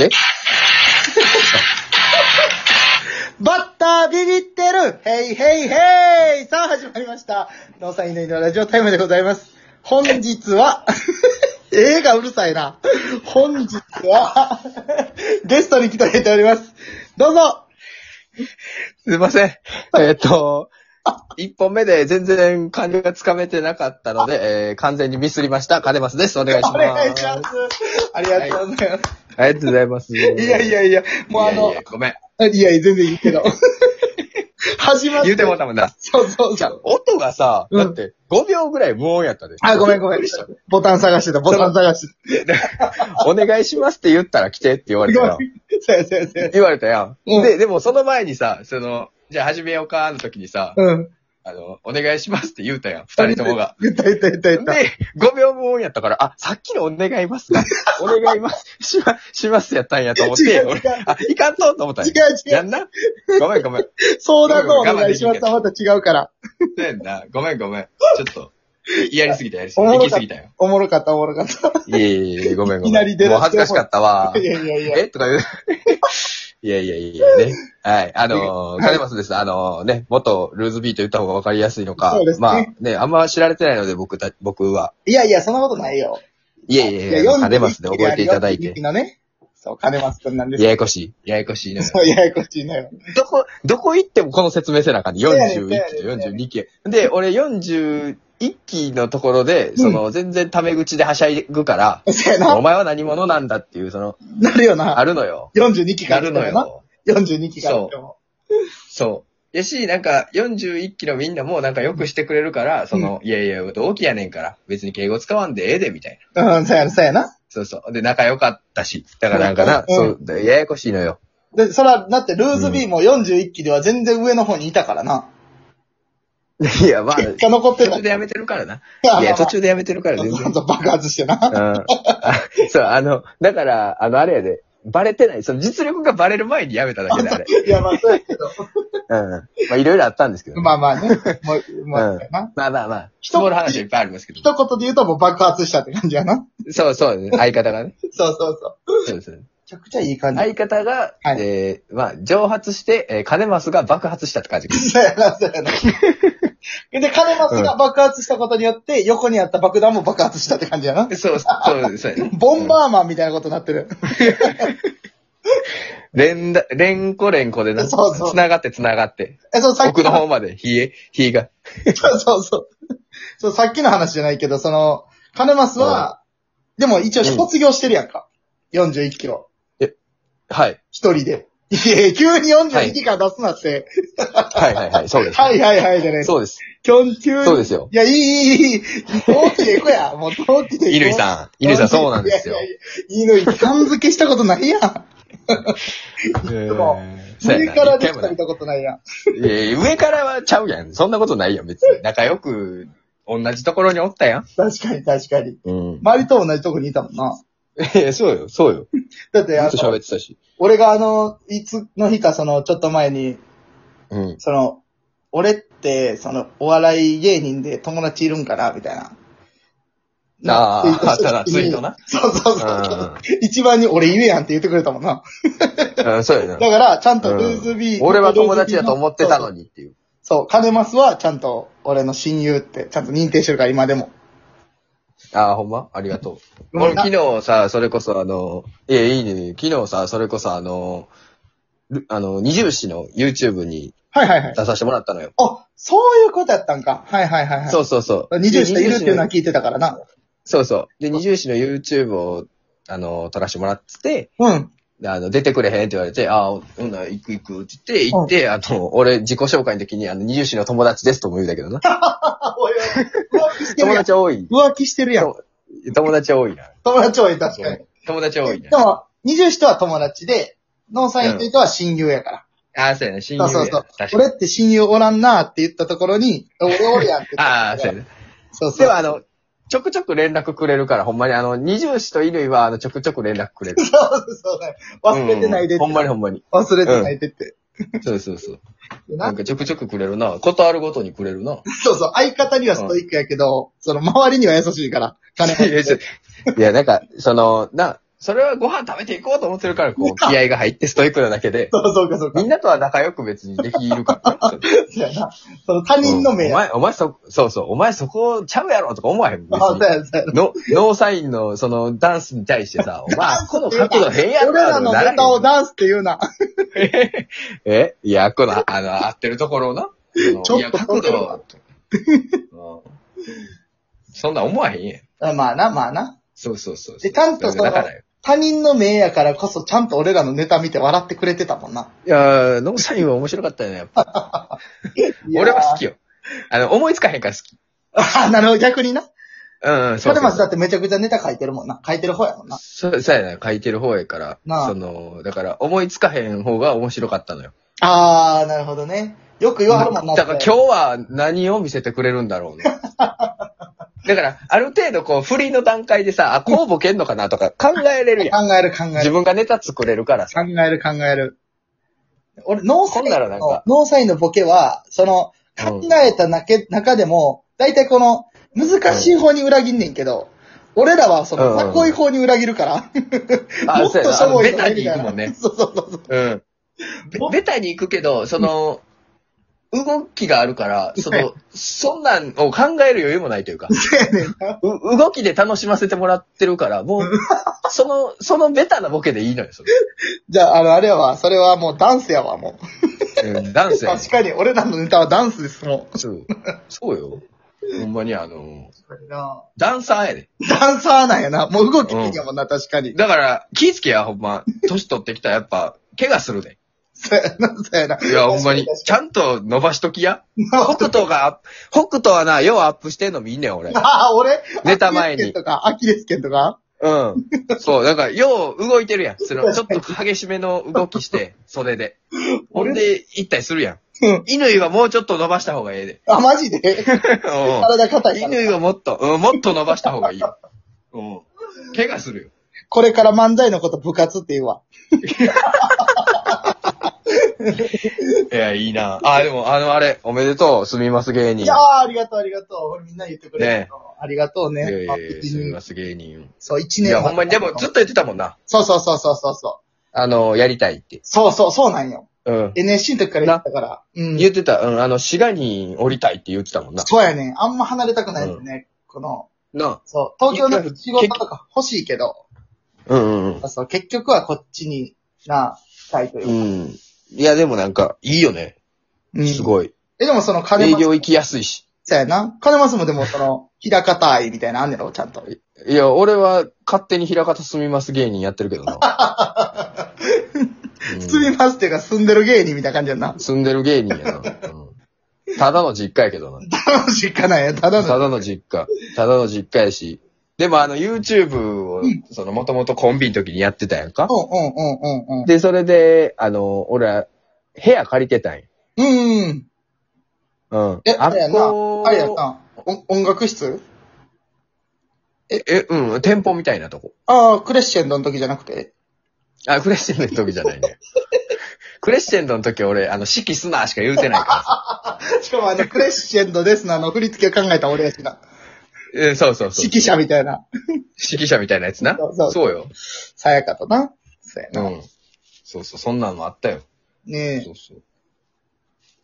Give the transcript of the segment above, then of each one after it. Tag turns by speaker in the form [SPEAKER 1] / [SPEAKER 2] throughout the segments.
[SPEAKER 1] え バッタービビってるヘイヘイヘイさあ始まりました。農産犬のラジオタイムでございます。本日は、 映画うるさいな。本日は、 ゲストに来ていただいております。どうぞ
[SPEAKER 2] すいません。えーっと、一本目で全然感じがつかめてなかったので、えー完全にミスりました。金松です。お願いし
[SPEAKER 1] お
[SPEAKER 2] ます。
[SPEAKER 1] 願いします。ありがとうございます。
[SPEAKER 2] ありがとうございます。い
[SPEAKER 1] い、やいやいや、もうあの
[SPEAKER 2] やいや、ごめん。
[SPEAKER 1] いやいや、全然いい けど。始まって。
[SPEAKER 2] 言うてもうたもんな。
[SPEAKER 1] そうそう
[SPEAKER 2] じ
[SPEAKER 1] そ
[SPEAKER 2] ゃあ
[SPEAKER 1] う。
[SPEAKER 2] 音がさ、
[SPEAKER 1] うん
[SPEAKER 2] だって5秒ぐらい無音やったで。
[SPEAKER 1] あ、ごめんごめん
[SPEAKER 2] びっくりした。
[SPEAKER 1] ボタン探してた、ボタン探して
[SPEAKER 2] お願いしますって言ったら来てって言わ
[SPEAKER 1] た。
[SPEAKER 2] れたや
[SPEAKER 1] ご
[SPEAKER 2] ん
[SPEAKER 1] めんそうやそうやそうや。
[SPEAKER 2] 言われたやん。
[SPEAKER 1] うん
[SPEAKER 2] で、でもその前にさ、その、じゃあ始めようかの時にさ、
[SPEAKER 1] うん。
[SPEAKER 2] あの、お願いしますって言うたやん。二人ともが。
[SPEAKER 1] 言った言った言った言った。
[SPEAKER 2] で、5秒無音やったから、あ、さっきのお願いますか お願います、しま、しますやったんやと思っ
[SPEAKER 1] 違
[SPEAKER 2] て、
[SPEAKER 1] う違う
[SPEAKER 2] 俺、あ、いかんとと思ったん
[SPEAKER 1] 違
[SPEAKER 2] や。
[SPEAKER 1] う違
[SPEAKER 2] や。
[SPEAKER 1] うん
[SPEAKER 2] なごめんごめん。
[SPEAKER 1] 相談のお
[SPEAKER 2] ごめんごめん
[SPEAKER 1] 願いしますはまた違うから。
[SPEAKER 2] そうやんな。ごめんごめん。ちょっと、やりすぎたやりす
[SPEAKER 1] お
[SPEAKER 2] ぎた。
[SPEAKER 1] も
[SPEAKER 2] 行
[SPEAKER 1] ろ
[SPEAKER 2] き
[SPEAKER 1] か
[SPEAKER 2] す
[SPEAKER 1] っ
[SPEAKER 2] ぎたよ。
[SPEAKER 1] おもろかったおもろか った。
[SPEAKER 2] いやいやいや、ごめん
[SPEAKER 1] い
[SPEAKER 2] ごめん。
[SPEAKER 1] きなり出だして
[SPEAKER 2] もう恥ずかしかったわ。
[SPEAKER 1] いやいやいや。
[SPEAKER 2] えとか言う。いやいやいやね。はい。あのー、カネマスです。あのー、ね、元ルーズビート言った方がわかりやすいのか。
[SPEAKER 1] そうですね
[SPEAKER 2] まあ、ね、あんま知られてないので、僕た、僕は。
[SPEAKER 1] いやいや、そんなことないよ。
[SPEAKER 2] いやいやいや、カネマスで覚えていただい
[SPEAKER 1] 42
[SPEAKER 2] て
[SPEAKER 1] 匹。のね。そう、金松くんなんですよ。
[SPEAKER 2] ややこしい。ややこしいのよ。
[SPEAKER 1] そう、ややこしいのよ。
[SPEAKER 2] どこ、どこ行ってもこの説明せなあかんね。
[SPEAKER 1] そうやね
[SPEAKER 2] 41期
[SPEAKER 1] そう
[SPEAKER 2] と
[SPEAKER 1] やね
[SPEAKER 2] 42期。で、俺41期のところで、その、全然タメ口ではしゃぐから、
[SPEAKER 1] そうや
[SPEAKER 2] お
[SPEAKER 1] な。
[SPEAKER 2] 前は何者なんだっていう、その、
[SPEAKER 1] なるよ
[SPEAKER 2] あ
[SPEAKER 1] な。
[SPEAKER 2] るのよ。
[SPEAKER 1] 42期か
[SPEAKER 2] な
[SPEAKER 1] ら
[SPEAKER 2] るの。よ。
[SPEAKER 1] 42期からでも。
[SPEAKER 2] そう。やし、なんか、41期のみんなもなんかよくしてくれるから、その、いやいや、同期やねんから、別に敬語使わんでええで、みたいな。
[SPEAKER 1] うん、そうやな、そうやな。
[SPEAKER 2] そうそう。で、仲良かったし。だからなんか
[SPEAKER 1] う
[SPEAKER 2] な、
[SPEAKER 1] ん
[SPEAKER 2] そう、だややこしいのよ。
[SPEAKER 1] で、そら、だって、ルーズ B も41期では全然上の方にいたからな。
[SPEAKER 2] いや、ま あ、
[SPEAKER 1] が残って
[SPEAKER 2] 途
[SPEAKER 1] た。
[SPEAKER 2] 中でやめてるからな。
[SPEAKER 1] や
[SPEAKER 2] い
[SPEAKER 1] まあま
[SPEAKER 2] や、
[SPEAKER 1] あ
[SPEAKER 2] 途中でやめてるから
[SPEAKER 1] そう
[SPEAKER 2] 全
[SPEAKER 1] そ
[SPEAKER 2] 然
[SPEAKER 1] う。そう爆発してな。
[SPEAKER 2] うんそう、あの、だから、あの、あれやで、バレてない。その実力がバレる前にやめただけで、あれ。
[SPEAKER 1] いや、まあ、そうやけど。
[SPEAKER 2] うん。まあ、いろいろあったんですけどね、
[SPEAKER 1] まあまあね。もう、もう
[SPEAKER 2] うん
[SPEAKER 1] そうやな。
[SPEAKER 2] まあまあまあ、人の話はいっぱいありますけど。
[SPEAKER 1] 一言で言うともう爆発したって感じやな。
[SPEAKER 2] そうそうですね、相方がね。
[SPEAKER 1] そうそうそう。
[SPEAKER 2] そうですね。
[SPEAKER 1] めちゃくちゃいい感じ。
[SPEAKER 2] 相方が、
[SPEAKER 1] はい
[SPEAKER 2] えー、まあ、蒸発して、えー、金マスが爆発したって感じ。
[SPEAKER 1] そうやな、そうやな。 で、金松が爆発したことによって、横にあった爆弾も爆発したって感じやな。
[SPEAKER 2] そう、そう、そうやね。
[SPEAKER 1] ボンバーマンみたいなことになってる。
[SPEAKER 2] 連打、連呼連呼でな、
[SPEAKER 1] そうそう
[SPEAKER 2] 繋がって繋がって、
[SPEAKER 1] え、そう、さっき
[SPEAKER 2] 奥の
[SPEAKER 1] の、
[SPEAKER 2] 方まで、火え、火が。
[SPEAKER 1] そうそうそう。そう、さっきの話じゃないけど、その、金松は、でも一応卒業してるやんか。41キロ。
[SPEAKER 2] はい。
[SPEAKER 1] 一人で。いや急に41キロから出すなって。
[SPEAKER 2] はいはいはい、そうです。
[SPEAKER 1] はいはいはいじゃない。
[SPEAKER 2] そうです。
[SPEAKER 1] きょん、急に。
[SPEAKER 2] そうですよ。
[SPEAKER 1] いや、いい、いい、いい。同期で行こうや。もう同期で行こう。
[SPEAKER 2] 乾さん、乾さんそうなんですよ
[SPEAKER 1] い。やいやいや乾さん付けしたことないやん。
[SPEAKER 2] え
[SPEAKER 1] も
[SPEAKER 2] ーそう
[SPEAKER 1] 上
[SPEAKER 2] やな
[SPEAKER 1] からで
[SPEAKER 2] 一
[SPEAKER 1] きた
[SPEAKER 2] 回もない
[SPEAKER 1] 見たことないやん。
[SPEAKER 2] いやいや上からはちゃうやん。そんなことないやん、別に。仲良く、同じところにおったやん。
[SPEAKER 1] 確かに確かに。
[SPEAKER 2] うん。
[SPEAKER 1] 周りと同じとこにいたもんな。
[SPEAKER 2] いや、そうよ、そうよ。
[SPEAKER 1] だって、あ
[SPEAKER 2] ずっと
[SPEAKER 1] の
[SPEAKER 2] 喋ってたし。
[SPEAKER 1] 俺があの、いつの日かその、ちょっと前に、
[SPEAKER 2] うん。
[SPEAKER 1] その、俺って、その、お笑い芸人で友達いるんかなみたいな。
[SPEAKER 2] あ
[SPEAKER 1] ツイート
[SPEAKER 2] あ、
[SPEAKER 1] した
[SPEAKER 2] だ
[SPEAKER 1] 時に
[SPEAKER 2] ツイートな。
[SPEAKER 1] そうそうそう。一番に俺言えやんって言ってくれたもんな。
[SPEAKER 2] うん、そうやな
[SPEAKER 1] だ。から、ちゃんと
[SPEAKER 2] うん
[SPEAKER 1] ルーズビー、
[SPEAKER 2] 俺は友達だと思ってたの
[SPEAKER 1] に。
[SPEAKER 2] にっていう。
[SPEAKER 1] そう、カネマスはちゃんと俺の親友って、ちゃんと認定してるから今でも。
[SPEAKER 2] ああ、ほんまありがとう。
[SPEAKER 1] ごめ
[SPEAKER 2] 俺
[SPEAKER 1] んな
[SPEAKER 2] 昨日さ、それこそあの、いや、いいね。昨日さ、それこそあの、ルあの、二重視の YouTube に
[SPEAKER 1] はいはいはい。
[SPEAKER 2] 出させてもらったのよ。
[SPEAKER 1] あ、そういうことやったんか。はいはいはいはい。
[SPEAKER 2] そうそうそう。
[SPEAKER 1] 二重下いるっていうのは
[SPEAKER 2] で
[SPEAKER 1] 聞いてたからな。
[SPEAKER 2] そうそう。で、二重視の YouTube を、あの、撮らせてもらってて、
[SPEAKER 1] うん。
[SPEAKER 2] であの、出てくれへんって言われて、ああ、ほんなら行く行くって言って、行って、あの、俺自己紹介の時に、あの、二重視の友達ですとも言うんだけどな。
[SPEAKER 1] あ、おいおい浮気してる
[SPEAKER 2] 友
[SPEAKER 1] や ん。
[SPEAKER 2] 達多い。
[SPEAKER 1] 浮気してるやん。
[SPEAKER 2] 友達多いな。
[SPEAKER 1] 友達多い、確かに。
[SPEAKER 2] 友達多い
[SPEAKER 1] で
[SPEAKER 2] な。
[SPEAKER 1] も、二重人は友達で、ノーサインという人は親友やから。
[SPEAKER 2] ああ、そうやな、親友
[SPEAKER 1] そ
[SPEAKER 2] や
[SPEAKER 1] うそうそう
[SPEAKER 2] な。確かに
[SPEAKER 1] 俺って親友おらんなーって言ったところ に、俺おるやんって言った。
[SPEAKER 2] ああ、そうやな。
[SPEAKER 1] そうそ
[SPEAKER 2] で
[SPEAKER 1] う。
[SPEAKER 2] は、あの、ちょくちょく連絡くれるから、ほんまに、あの、二重子と乾は、あの、ちょくちょく連絡くれる。
[SPEAKER 1] そうそうだよ。忘れてないでっ
[SPEAKER 2] う
[SPEAKER 1] て。
[SPEAKER 2] んほんまにほんまに。
[SPEAKER 1] 忘れてないでって。
[SPEAKER 2] そうそうそう。な
[SPEAKER 1] なん
[SPEAKER 2] かちょくちょくくれるな。ことあるごとにくれるな。
[SPEAKER 1] そうそう。相方にはストイックやけど、その周りには優しいから。金
[SPEAKER 2] いや、ちょいやなんか、その、な、それはご飯食べていこうと思ってるから、こ、
[SPEAKER 1] いうや
[SPEAKER 2] 気合が入ってストイックなだけで、
[SPEAKER 1] そうそうか、そうか
[SPEAKER 2] みん。なとは仲良く別にできるからね。
[SPEAKER 1] そうやな。その他人の目
[SPEAKER 2] お
[SPEAKER 1] や。
[SPEAKER 2] 前、お前そ、そうそう、お前そこちゃうやろとか思わへん。別
[SPEAKER 1] あ、そう
[SPEAKER 2] に
[SPEAKER 1] や、そうや。
[SPEAKER 2] の、ノーサインの、その、ダンスに対して さ、お前、この角度変やろ
[SPEAKER 1] 俺らのネタをダンスって言うな。
[SPEAKER 2] えいや、この、あの、合ってるところをな。
[SPEAKER 1] ちょっと
[SPEAKER 2] いや、角度。うんそんな思わへんやん。
[SPEAKER 1] あまあな、まあな。
[SPEAKER 2] そうそうそうそう。
[SPEAKER 1] でちゃんとその
[SPEAKER 2] だからよ
[SPEAKER 1] 他人の目やからこそ、ちゃんと俺らのネタ見て笑ってくれてたもんな。
[SPEAKER 2] いやー、ノーサインは面白かったよね、やっぱ。俺は好
[SPEAKER 1] き。
[SPEAKER 2] きよ。あの、思いつかへんから好き。
[SPEAKER 1] あ、なるほど、逆にな。
[SPEAKER 2] うん、うん、そう
[SPEAKER 1] 金
[SPEAKER 2] そう
[SPEAKER 1] 松
[SPEAKER 2] そ
[SPEAKER 1] だ
[SPEAKER 2] う。
[SPEAKER 1] ってめちゃくちゃネタ書いてるもんな。書いてる方やもんな。
[SPEAKER 2] そう、そうやな、書いてる方やから。
[SPEAKER 1] なあ
[SPEAKER 2] その、だから、思いつかへん方が面白かったのよ。
[SPEAKER 1] あー、なるほどね。よく言わはるもんな。
[SPEAKER 2] だから今日は何を見せてくれるんだ ろうね。だから、ある程度こう、振りの段階でさ、あ、こうボケんのかなとか考えれるやん。
[SPEAKER 1] 考える考え
[SPEAKER 2] 自
[SPEAKER 1] る。
[SPEAKER 2] 分がネタ作れるからさ。
[SPEAKER 1] 考える考える。俺、ノーサイン
[SPEAKER 2] ほんならなん
[SPEAKER 1] の
[SPEAKER 2] か、
[SPEAKER 1] ノーサインのボケは、その、
[SPEAKER 2] うん
[SPEAKER 1] 考えたなけ、中でも、大体この、難しい方に裏切んねんけど、俺らはその、
[SPEAKER 2] うん
[SPEAKER 1] かっこいい方に裏切るから。 もっ
[SPEAKER 2] そう
[SPEAKER 1] と
[SPEAKER 2] や
[SPEAKER 1] しょ
[SPEAKER 2] なあの
[SPEAKER 1] ぼい
[SPEAKER 2] ベ
[SPEAKER 1] の
[SPEAKER 2] タ
[SPEAKER 1] がい
[SPEAKER 2] に
[SPEAKER 1] い
[SPEAKER 2] 行
[SPEAKER 1] か
[SPEAKER 2] く
[SPEAKER 1] ら
[SPEAKER 2] もんね。
[SPEAKER 1] そうそうそうそう。
[SPEAKER 2] うん。べベタに行くけど、その、動きがあるから、その、そんなんを考える余裕もないというか、
[SPEAKER 1] そうやねんな。
[SPEAKER 2] う動きで楽しませてもらってるから、もう、その、そのベタなボケでいいのよ、それ。
[SPEAKER 1] じゃあ、あの、あれやわ、それはもうダンスやわ、もう。
[SPEAKER 2] うん、ダンスやねん
[SPEAKER 1] 確かに、俺らのネタはダンスです、も
[SPEAKER 2] そう。そうよ。ほんまにあの、
[SPEAKER 1] う。
[SPEAKER 2] ダンサーやで。
[SPEAKER 1] ダンサーなんやな。もう動きいいやもんな、確かに。
[SPEAKER 2] だから、気ぃつけや、ほんま。年取ってきたらやっぱ、怪我するで。
[SPEAKER 1] そうやな、そうやな。
[SPEAKER 2] いや、ほんま に。ちゃんと伸ばしとき や。北斗がアップ、北斗はな、ようアップしてんの見んねん、 俺。
[SPEAKER 1] ああ、俺
[SPEAKER 2] 寝た 前
[SPEAKER 1] アキレス
[SPEAKER 2] に
[SPEAKER 1] 腱とか、アキレス腱とか
[SPEAKER 2] うん。そう、だから、よう動いてるやん。そ の、ちょっと激しめの動きして、袖 で。ほんで、行ったりするやん
[SPEAKER 1] うん。
[SPEAKER 2] 乾はもうちょっと伸ばした方がえ えで。
[SPEAKER 1] あ、マジで
[SPEAKER 2] う
[SPEAKER 1] 体硬いか
[SPEAKER 2] ん。
[SPEAKER 1] ら。
[SPEAKER 2] 乾はもっと、うん、もっと伸ばした方がいいよ。うん。怪我するよ。
[SPEAKER 1] これから漫才のこと部活って言うわ。
[SPEAKER 2] いや、いいな。あ、でも、あの、あれ、おめでとう、すみます芸人。
[SPEAKER 1] いやあ、ありがとう、ありがとう。これみんな言ってくれる、
[SPEAKER 2] ね
[SPEAKER 1] ありがとうね。
[SPEAKER 2] いやいや
[SPEAKER 1] あ
[SPEAKER 2] いや
[SPEAKER 1] 一
[SPEAKER 2] すみ
[SPEAKER 1] 年
[SPEAKER 2] ます芸人。
[SPEAKER 1] そう、一
[SPEAKER 2] い
[SPEAKER 1] 年
[SPEAKER 2] や、ほんまに、でも、ずっと言ってたもんな。
[SPEAKER 1] そうそうそうそうそうそう。
[SPEAKER 2] あの、やりたいって。
[SPEAKER 1] そうそう、そうなんよ。
[SPEAKER 2] うん。
[SPEAKER 1] NSC の時から言ってたから。うん。
[SPEAKER 2] 言ってた、うん、あの、滋賀に降りたいって言ってたもんな。
[SPEAKER 1] そうやね。あんま離れたくないよね。この、
[SPEAKER 2] な
[SPEAKER 1] そう、東京の仕事とか欲しいけど、
[SPEAKER 2] うんうん
[SPEAKER 1] そう、結局はこっちに、な、したいというう。
[SPEAKER 2] ん。うん。いや、でもなんか、いいよね。
[SPEAKER 1] うん
[SPEAKER 2] すごい。
[SPEAKER 1] え、でもその金
[SPEAKER 2] 営
[SPEAKER 1] 松
[SPEAKER 2] 業行きやすいし。
[SPEAKER 1] そうやな。金松もでもその、平方愛みたいなのあんねやろ、ちゃんと。
[SPEAKER 2] いや、俺は、勝手に平方すみます芸人やってるけどな。 うん
[SPEAKER 1] 住みますっていうか、住んでる芸人みたいな感じやんな。
[SPEAKER 2] 住んでる芸人やな。うんただの実家やけどな。
[SPEAKER 1] 楽しいかないや、ただ
[SPEAKER 2] た
[SPEAKER 1] の。
[SPEAKER 2] だの実家。ただの実家やし。でもあの YouTube を、そのもともとコンビの時にやってたやんか。
[SPEAKER 1] うんうんうんうんうん。
[SPEAKER 2] で、それで、あの、俺は部屋借りてたんや。
[SPEAKER 1] うんうん。
[SPEAKER 2] うん。
[SPEAKER 1] え、
[SPEAKER 2] あ
[SPEAKER 1] あれや
[SPEAKER 2] っ
[SPEAKER 1] な
[SPEAKER 2] こ。
[SPEAKER 1] あれやな。お音楽室
[SPEAKER 2] え、え、うん、店舗みたいなとこ。
[SPEAKER 1] ああ、クレッシェンドの時じゃなくて。
[SPEAKER 2] あ、クレッシェンドの時じゃな いね。クレッシェンドの時俺、あの、式すなしか言うてないからさ。
[SPEAKER 1] しかもあの、クレッシェンドですのあの、振り付けを考えた俺やしな。
[SPEAKER 2] えそうそうそう。
[SPEAKER 1] 指揮者みたいな。
[SPEAKER 2] 指揮者みたいなやつな。
[SPEAKER 1] そうそう
[SPEAKER 2] よ。
[SPEAKER 1] さやかとな。そうや
[SPEAKER 2] う
[SPEAKER 1] な。
[SPEAKER 2] ん。そうそう、そんなのあったよ。
[SPEAKER 1] ね
[SPEAKER 2] そ
[SPEAKER 1] え。
[SPEAKER 2] うそう。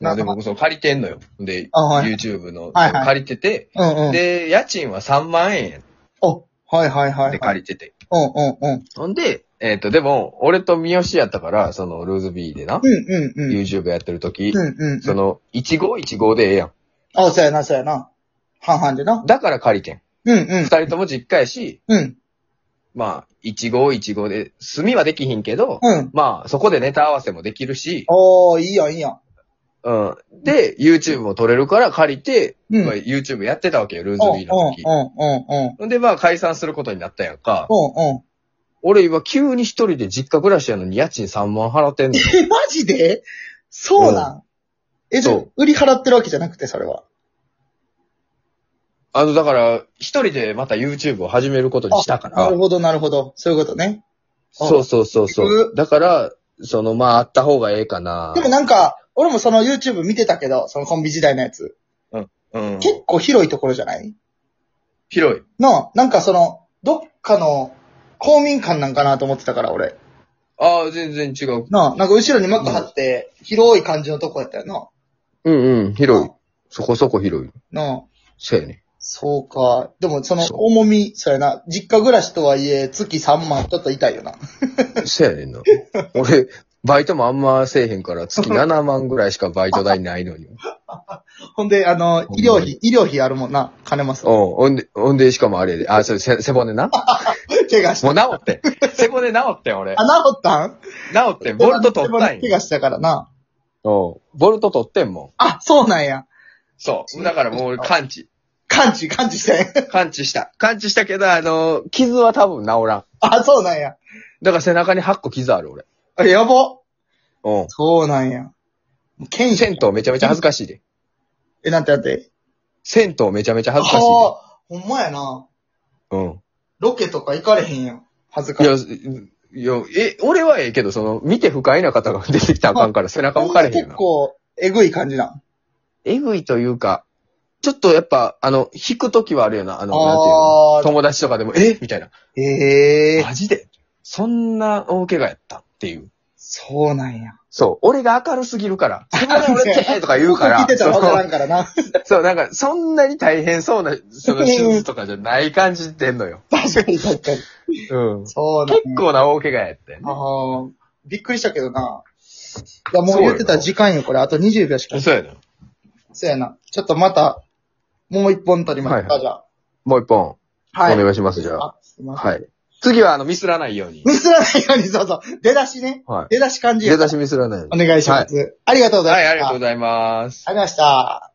[SPEAKER 2] まあでも、その借りてんのよ。で、
[SPEAKER 1] あはい
[SPEAKER 2] YouTube の、
[SPEAKER 1] はいはい
[SPEAKER 2] 借りてて、
[SPEAKER 1] うんうん。
[SPEAKER 2] で、家賃は3万円
[SPEAKER 1] お、はいはいはいは
[SPEAKER 2] で
[SPEAKER 1] い。
[SPEAKER 2] 借りてて。
[SPEAKER 1] うんうんうん。
[SPEAKER 2] ほんで、えっ、と、でも、俺と三好やったから、その、ルーズビーでな、
[SPEAKER 1] うんうんうん。
[SPEAKER 2] YouTube やってる時、
[SPEAKER 1] うんうんう
[SPEAKER 2] そ
[SPEAKER 1] ん。
[SPEAKER 2] の、1515でええやん。
[SPEAKER 1] あ、そうやな、そうやな。半々でな。
[SPEAKER 2] だから借りてん。
[SPEAKER 1] うん
[SPEAKER 2] 二
[SPEAKER 1] うん。
[SPEAKER 2] 人とも実家やし、
[SPEAKER 1] うん。
[SPEAKER 2] まあ、1515で、住みはできひんけど、
[SPEAKER 1] うん。
[SPEAKER 2] まあ、そこでネタ合わせもできるし、
[SPEAKER 1] おー、いいやん、いいやん。
[SPEAKER 2] うん。で、YouTube も撮れるから借りて、
[SPEAKER 1] うん
[SPEAKER 2] まあ、YouTube やってたわけよ、ルーズ
[SPEAKER 1] うんうん
[SPEAKER 2] ビーの時。
[SPEAKER 1] うんうんうん。
[SPEAKER 2] ほんで、まあ、解散することになったやんか。
[SPEAKER 1] うんうん。
[SPEAKER 2] 俺今急に一人で実家暮らしやのに家賃3万払ってん の。
[SPEAKER 1] え、マジでそうなんえ、じゃあ
[SPEAKER 2] そう
[SPEAKER 1] 売り払ってるわけじゃなくて、それは。
[SPEAKER 2] あの、だから、一人でまた YouTube を始めることにしたか
[SPEAKER 1] なる
[SPEAKER 2] ら。
[SPEAKER 1] ほど、なるほど。そういうことね。あ
[SPEAKER 2] そうそうそうそうう。だから、その、まあ、あった方がええかな
[SPEAKER 1] で。もなんか、俺もその YouTube 見てたけど、そのコンビ時代のやつ。
[SPEAKER 2] うん。
[SPEAKER 1] 結構広いところじゃない
[SPEAKER 2] 広い。
[SPEAKER 1] の、なんかその、どっかの公民館なんかなと思ってたから、俺。
[SPEAKER 2] ああ、全然違う。
[SPEAKER 1] なあ、なんか後ろに幕張って、広い感じのとこやったよな。
[SPEAKER 2] うんうん、広い
[SPEAKER 1] あ。
[SPEAKER 2] そこそこ広い。
[SPEAKER 1] なあ。
[SPEAKER 2] せやね。
[SPEAKER 1] そうか。でも、その
[SPEAKER 2] そう
[SPEAKER 1] 重み、そうやな。実家暮らしとはいえ、月3万、ちょっと痛いよな。
[SPEAKER 2] せやねんな。 俺、バイトもあんませえへんから、月7万ぐらいしかバイト代ない のに。
[SPEAKER 1] ほんで、あの、医療費、医療費あるもんな。金ます。
[SPEAKER 2] おうん、ほんで、ほんで、しかもあれやで、あ、それ、せ背骨な。
[SPEAKER 1] 怪我した。
[SPEAKER 2] もう治 って。背骨治ってん、
[SPEAKER 1] あ、
[SPEAKER 2] 俺。
[SPEAKER 1] 治ったん
[SPEAKER 2] 治ってん、ボルト取ったん
[SPEAKER 1] 怪
[SPEAKER 2] や。
[SPEAKER 1] 我したからな。
[SPEAKER 2] おうボルト取ってんもん。
[SPEAKER 1] あ、そうなんや。
[SPEAKER 2] そう。だからもう俺完治。
[SPEAKER 1] 感知、感知してん。
[SPEAKER 2] 完治した。完治したけど、あの、傷は多分治らん。
[SPEAKER 1] あ、そうなんや。
[SPEAKER 2] だから背中に8個傷ある、俺。
[SPEAKER 1] あ、やば。
[SPEAKER 2] うん。
[SPEAKER 1] そうなんや。剣士。
[SPEAKER 2] 銭湯めちゃめちゃ恥ずかしいで。
[SPEAKER 1] え、なんてなんて。
[SPEAKER 2] 銭湯めちゃめちゃ恥ずかしい
[SPEAKER 1] あーほんまやな。
[SPEAKER 2] で。うん。
[SPEAKER 1] ロケとか行かれへんやん。恥ずか
[SPEAKER 2] い
[SPEAKER 1] しい。
[SPEAKER 2] や、いや、え、俺はええけど、その、見て不快な方が出てきたらあかんから背中向かれへんよ
[SPEAKER 1] 結
[SPEAKER 2] な。
[SPEAKER 1] 構、えぐい感じなん。
[SPEAKER 2] えぐいというか、ちょっとやっぱ、あの、引くときはあるよな、あの、なんていうの。
[SPEAKER 1] あー
[SPEAKER 2] 友達とかでも、えみたいな。
[SPEAKER 1] ええー、
[SPEAKER 2] マジでそんな大怪我やったっていう。
[SPEAKER 1] そうなんや。
[SPEAKER 2] そう。俺が明るすぎるから。そんな俺ってとか言うから。
[SPEAKER 1] 聞いてたらわからん
[SPEAKER 2] そ
[SPEAKER 1] から な。
[SPEAKER 2] うそう、なんか、そんなに大変そうな、その手術とかじゃない感じでんのよ。
[SPEAKER 1] 確かに確かに。
[SPEAKER 2] うん。
[SPEAKER 1] そうなんや
[SPEAKER 2] 結。構な大怪我やってんね。
[SPEAKER 1] ああ、びっくりしたけどな。いや、もう言ってた時間よ、これ。あと20秒しか。
[SPEAKER 2] そうやな。
[SPEAKER 1] そうやな。ちょっとまた、もう一本取りますか、
[SPEAKER 2] はい
[SPEAKER 1] じゃあ。
[SPEAKER 2] もう一本、
[SPEAKER 1] はい。
[SPEAKER 2] お願いします、じゃあ。
[SPEAKER 1] あ、すいません。
[SPEAKER 2] はい。次は、あの、ミスらないように。
[SPEAKER 1] ミスらないように、そうそう。出だしね。
[SPEAKER 2] はい。
[SPEAKER 1] 出だし感じ
[SPEAKER 2] 出
[SPEAKER 1] やか
[SPEAKER 2] だ
[SPEAKER 1] ら
[SPEAKER 2] しミスらないよう
[SPEAKER 1] お
[SPEAKER 2] に。
[SPEAKER 1] 願いします。ありがとうござ
[SPEAKER 2] はい
[SPEAKER 1] ました。
[SPEAKER 2] い、ありがとうございます。
[SPEAKER 1] ありがとうございました。